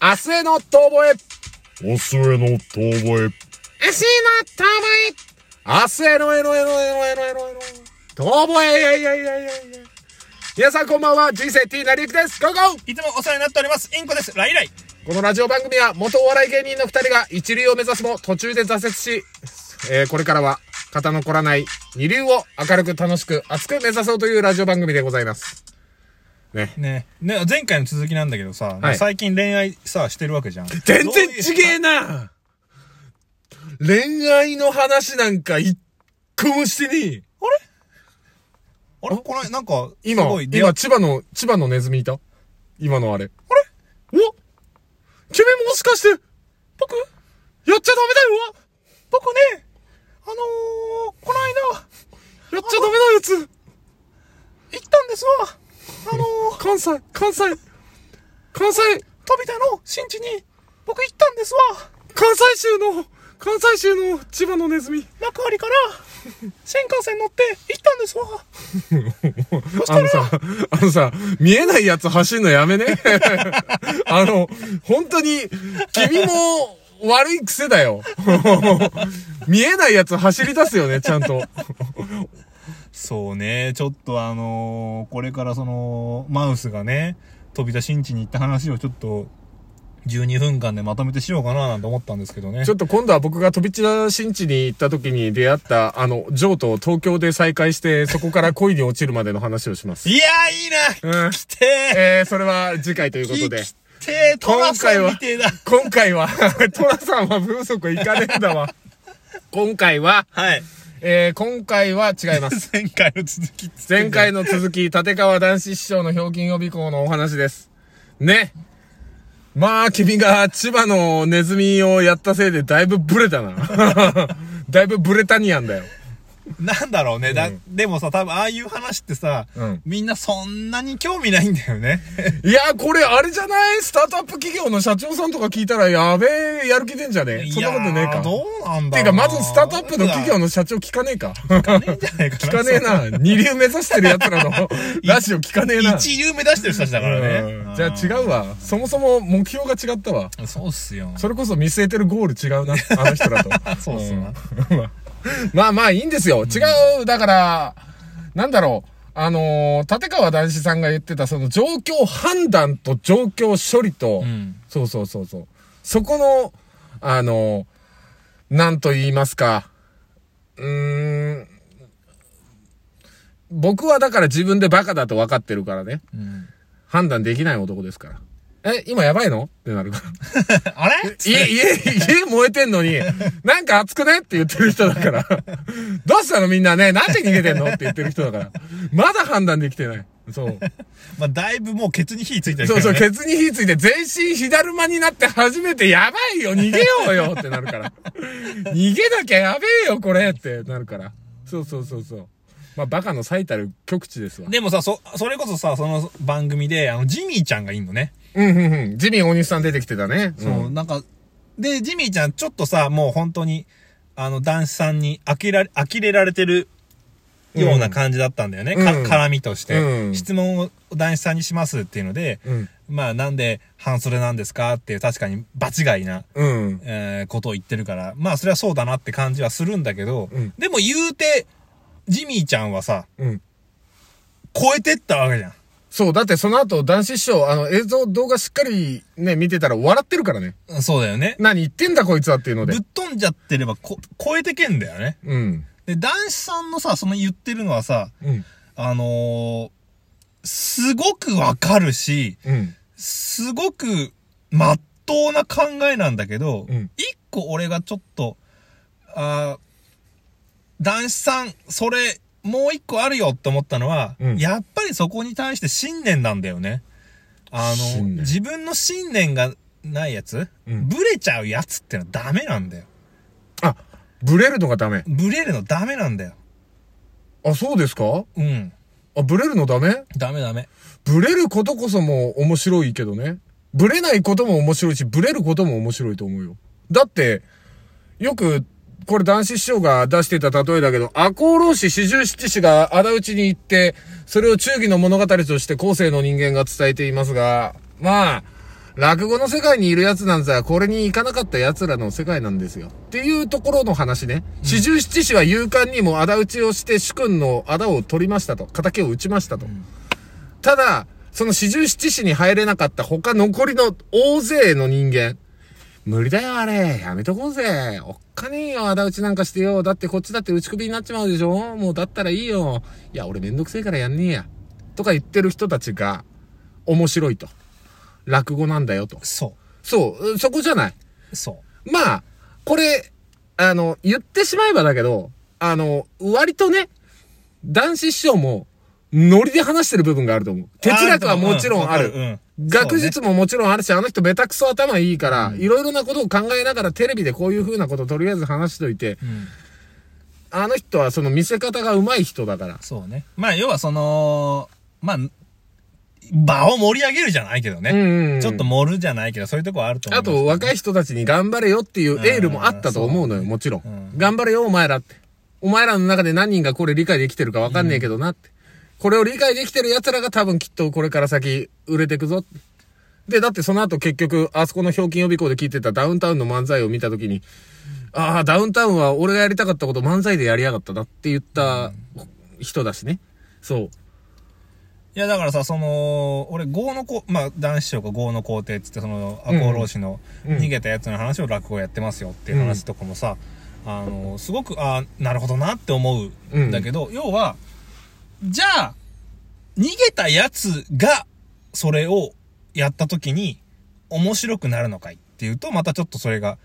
明日への遠吠え明日への遠吠え。明日への遠吠え明日へのえのえのえのえのえのえの遠吠えいやいやいやいやいや皆さんこんばんは人生 T なりゆきですゴーゴーいつもお世話になっております。インコです。ライライ。このラジオ番組は元お笑い芸人の二人が一流を目指すも途中で挫折し、えーこれからは肩の凝らない二流を明るく楽しく熱く目指そうというラジオ番組でございます。ね。ね。ね、前回の続きなんだけどさ、はい最近恋愛さ、してるわけじゃん。全然ちげえな恋愛の話なんか一個もしてねえあれこれ、なんか、今すご、い出会今、千葉の、千葉のネズミいた今のあれ。あれお君もしかして、僕やっちゃダメだよ僕ね、あのー、この間、やっちゃダメなやつ行ったんですわ。あのー、関西、関西、関西、飛田の新地に、僕行ったんですわ。関西州の、関西州の千葉のネズミ。幕張から、新幹線乗って行ったんですわ。あのさ、あのさ、見えないやつ走んのやめ ね。あの、本当に、君も悪い癖だよ。見えないやつ走り出すよね、ちゃんと。そうね、ちょっとあのーこれからその、マウスがね、飛び出新地に行った話をちょっと、12分間でまとめてしようかななんて思ったんですけどね。ちょっと今度は僕が飛び散ら新地に行った時に出会った、あの、ジョーと東京で再会して、そこから恋に落ちるまでの話をします。いやー、いいなうん。来てえー、それは次回というーことで。来てートラさんみてえだ今回は、 トラさんは風俗行かねえんだわ。今回は、はい。えー、今回は違います。前回の続きっつって前回の続き、立川男子師匠の表金予備校のお話です。ね。まあ、君が千葉のネズミをやったせいでだいぶブレたな。 だいぶブレタニアンだよ。なんだろうね。だ、でもさ、多分ああいう話ってさ、うんみんなそんなに興味ないんだよね。いや、これあれじゃないスタートアップ企業の社長さんとか聞いたらやべえ、やる気出んじゃねえ そんなことねえいやか。ーどうなんだてろうな。か、まずスタートアップの企業の。の社長聞かねえか。聞かねえんじゃ ないか聞な。かねえな。二流目指してる奴らのラジオ聞かねえな。一流目指してる人たちだからうねん。じゃあ違うわ。そもそも目標が違ったわ。うん。そうっすよ。それこそ見据えてるゴール違うな、あの人だと。そうっすな。まあまあいいんですよ。違う、だから、なんだろう。あのー立川談志さんが言ってた、その状況判断と状況処理と、うんそうそうそうそう。そこの、あのーなんと言いますか、うーん、僕はだから自分でバカだと分かってるからね。うん。判断できない男ですから。え、今やばいのってなるから。 あれ家、家、家燃えてんのに、なんか熱くねって言ってる人だから。どうしたのみんなね、なんで逃げてんのって言ってる人だから。まだ判断できてない。そう。まあ、だいぶもうケツに火ついてるかそらうね。そう、ケツに火ついて全身火だるまになって初めてやばいよ、逃げようよってなるから。逃げなきゃやべえよ、これってなるから。そうそうそうそう。まあ、バカの最たる極地ですわ。でもさ、そ、それこそさ、その番組で、あの、ジミーちゃんがいんのね。うんうんうん。ジミー大西さん出てきてたね。そう、なんか、で、ジミーちゃん、ちょっとさ、もう本当に、あの、男子さんに呆れられ、呆れられてるような感じだったんだよね。うんかうん絡みとして、うん質問を男子さんにしますっていうので、うん。まあ、なんで半袖なんですかっていう、確かに、場違いな、うん。うん。えーことを言ってるから、まあ、それはそうだなって感じはするんだけど、うんでも言うて、ジミーちゃんはさ、うん。超えてったわけじゃん。そう、だってその後、男子師匠、あの、映像、動画しっかりね、見てたら笑ってるからね。うんそうだよね。何言ってんだこいつはっていうのぶでっ。飛んじゃってればこ、超えてけんだよね。うん。で、男子さんのさ、その言ってるのはさ、うん。あのーすごくわかるし、うん。すごく、まっとうな考えなんだけど、うん一個俺がちょっと、あー男子さん、それ、もう一個あるよって思ったのは、うんやっぱりそこに対して信念なんだよね。あの、信念自分の信念がないやつ、うんブレちゃうやつってのはダメなんだよ。あ、ブレるのがダメ。ブレるのダメなんだよ。あ、そうですかうん。あ、ブレるのダメダメダメ。ブレることこそもう面白いけどね。ブレないことも面白いし、ブレることも面白いと思うよ。だって、よく、これ男子師匠が出してた例えだけど、赤穂浪士四十七士が仇討ちに行って、それを忠義の物語として後世の人間が伝えていますが、まあ、落語の世界にいる奴なんざ、これに行かなかった奴らの世界なんですよ。っていうところの話ね。四十七士は勇敢にも仇討ちをして主君の仇を取りましたと。仇を打ちましたと。ただ、その四十七士に入れなかった他残りの大勢の人間。無理だよ、あれ。やめとこうぜ。おっかねえよ、仇討ちなんかしてよ。だってこっちだって打ち首になっちまうでしょもうだったらいいよ。いや、俺めんどくせえからやんねえや。とか言ってる人たちが、面白いと。落語なんだよと。そそう、そこじゃない。う。そう。まあ、これ、あの、言ってしまえばだけど、あの、割とね、男子師匠も、ノリで話してる部分があると思う。哲学はもちろんあうんわかるる。うん学術ももちろんあるし、あの人ベタクソ頭いいから、いろいろなことを考えながらテレビでこういう風なことをとりあえず話しといて、うん。あの人はその見せ方が上手い人だから。そうね。まあ、要はその、まあ、場を盛り上げるじゃないけどね。うんうんうんちょっと盛るじゃないけど、そういうとこはあると思う。あと、若い人たちに頑張れよっていうエールもあったと思うのよ、もちろうんん。頑張れよ、お前らって。お前らの中で何人がこれ理解できてるかわかんねえけどなって。これを理解できてる奴らが多分きっとこれから先売れてくぞ。で、だってその後結局、あそこの表金予備校で聞いてたダウンタウンの漫才を見たときに、ああ、ダウンタウンは俺がやりたかったこと漫才でやりやがったなって言った人だしね。そう。いや、だからさ、その、俺、豪の子、まあ、男子賞か豪の皇帝っつって、その、赤穂浪士のうん逃げたやつの話を落語やってますよっていう話とかもさ、あの、すごく、あーなるほどなって思うんだけど、要は、じゃあ、逃げたやつが、それをやった時に、面白くなるのかいっていうと、またちょっとそれが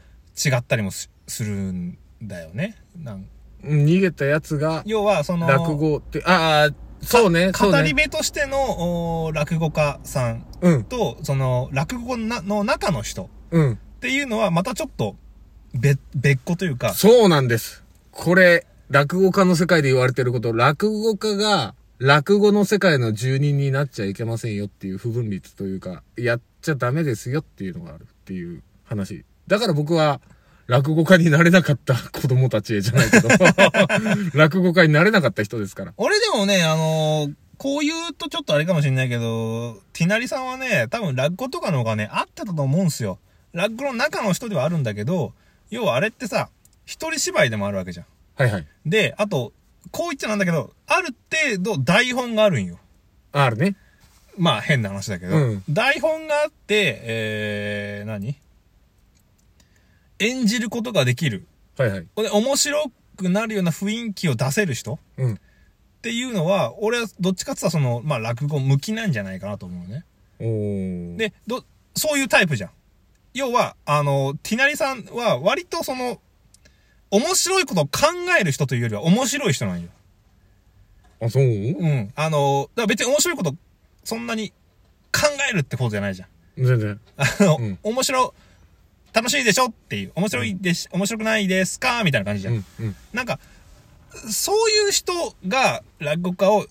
違ったりもすするんだよね。なんうん逃げた奴が要は、その、落語って、ああ、そうね、そう語りね。部としての、おー落語家さんうん、と、その、落語なの中の人うん。っていうのは、またちょっと、別、別個というか、そうなんです。これ、落語家の世界で言われてること、落語家が落語の世界の住人になっちゃいけませんよっていう不分率というか、やっちゃダメですよっていうのがあるっていう話。だから僕は、落語家になれなかった子供たちへじゃない けど、落語家になれなかった人ですから。俺でもね、あのーこう言うとちょっとあれかもしれないけど、ティナリさんはね、多分落語とかの方がね、合ってたと思うんすよ。落語の中の人ではあるんだけど、要はあれってさ、一人芝居でもあるわけじゃん。はいはい。で、あと、こう言っちゃなんだけど、ある程度台本があるんよ。あるね。まあ変な話だけど、うん台本があって、えー、何演じることができる。はいはい。で面白くなるような雰囲気を出せる人っうん。ていうのは、俺はどっちかって言ったらその、まあ落語向きなんじゃないかなと思うのね。おー。で、ど、そういうタイプじゃん。要は、あの、ティナリさんは割とその、面白いことを考える人というよりは面白い人なんよ。あ、そううん。あの、だから別に面白いこと、そんなに考えるってことじゃないじゃん。 全然。あの、うん面白、楽しいでしょっていう、面白いでし、面白くないですかみたいな感じじうゃん。ん。うん。なんか、そういう人が落語家を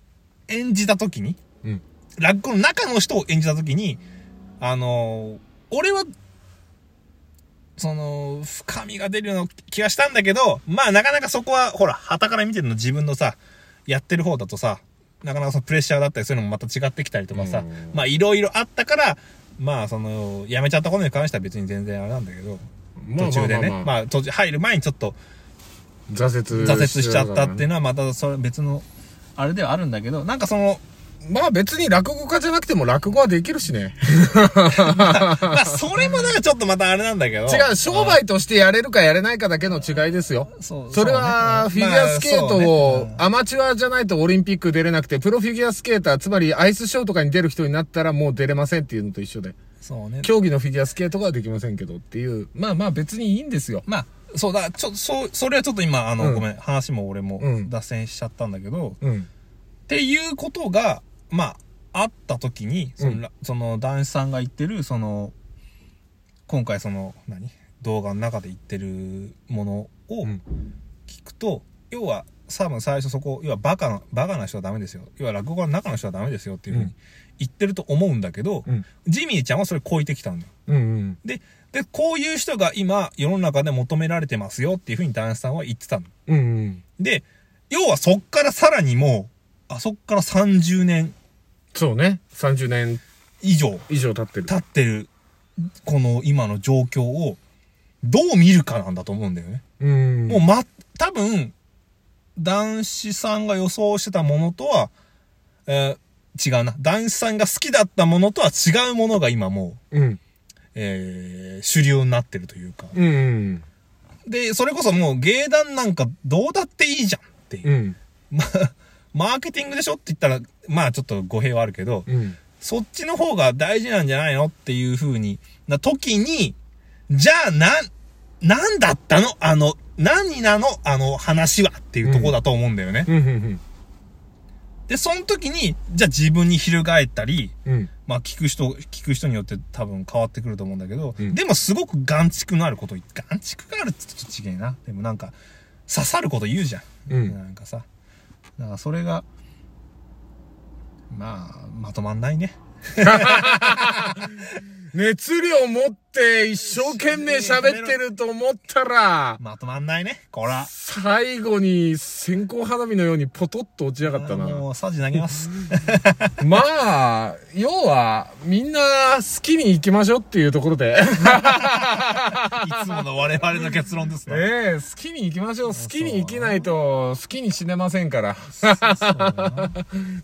演じたときに、うん。落語の中の人を演じたときに、あのー俺は、その、深みが出るような気がしたんだけど、まあなかなかそこは、ほら、旗から見てるの自分のさ、やってる方だとさ、なかなかそのプレッシャーだったりそういうのもまた違ってきたりとかさ、うんまあいろいろあったから、まあその、やめちゃったことに関しては別に全然あれなんだけど、まあ途中でまあまね、あまあまあ途中、入る前にちょっと、挫折挫折しちゃったっていうね。のはまたそれ別のあれではあるんだけどなんか そのまあ別に落語家じゃなくても落語はできるしね。まあそれもなんかちょっとまたあれなんだけど違う、商売としてやれるかやれないかだけの違いですよ。そうそれは、フィギュアスケートを、まあアマチュアじゃないとオリンピック出れなくて、プロフィギュアスケーター、つまりアイスショーとかに出る人になったらもう出れませんっていうのと一緒で、そうねそうね競技のフィギュアスケートができませんけどっていう、まあまあ別にいいんですよ。まあそうだちょそうそれはちょっと今あうの、んごめん話も俺もうん脱線しちゃったんだけど、っうん。ていうことがまああった時にその,、うんその男子さんが言ってるその今回その何動画の中で言ってるものを、うん。聞くと要は多分最初そこ要はバカなバカな人はダメですよ要は落語家の中の人はダメですよっていうふううにん言ってると思うんだけど、うんジミーちゃんはそれ超えてきたんだようんうん。ででこういう人が今世の中で求められてますよっていうふうに男子さんは言ってたのうんうん。で要はそっからさらにもうあそっから30年そうね。30年以上以上経ってる。経ってるこの今の状況をどう見るかなんだと思うんだよね。うん。もうま、多分、男子さんが予想してたものとは、えー違うな。男子さんが好きだったものとは違うものが今もう、うん。えー主流になってるというか。うん。で、それこそもう芸団なんかどうだっていいじゃんっていうう。ん。まあ、マーケティングでしょって言ったら、まあちょっと語弊はあるけど、うん。そっちの方が大事なんじゃないのっていう風に、な時に、じゃあ、な、なんだったのあの、何なのあの話はっていうとこだと思うんだよね。うん。うん。で、その時に、じゃあ自分に翻ったり、うん。まあ聞く人、聞く人によって多分変わってくると思うんだけど、うんでもすごく眼蓄のあること言って、眼蓄があるってちょっと違えな。でもなんか、刺さること言うじゃん。うん。なんかさ。だからそれが、まあ、まとまんないね。熱量持って一生懸命喋ってると思ったら、まとまんないね。こら。最後に線香花火のようにポトッと落ちやがったな。もう、サジ投 げます。まあ、要は、みんな好きに行きましょうっていうところ で。いつもの我々の結論ですね。ええ好きに行きましょう。好きに生きないと、好きに死ねませんから。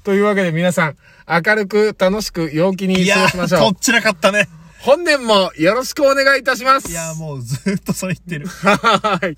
というわけで皆さん、明るく楽しく陽気にい過やごしましー、ょとうっ。ちらかったね。本年もよろしくお願いいたします。いやー、もうずーっとそれ言ってる。 はい。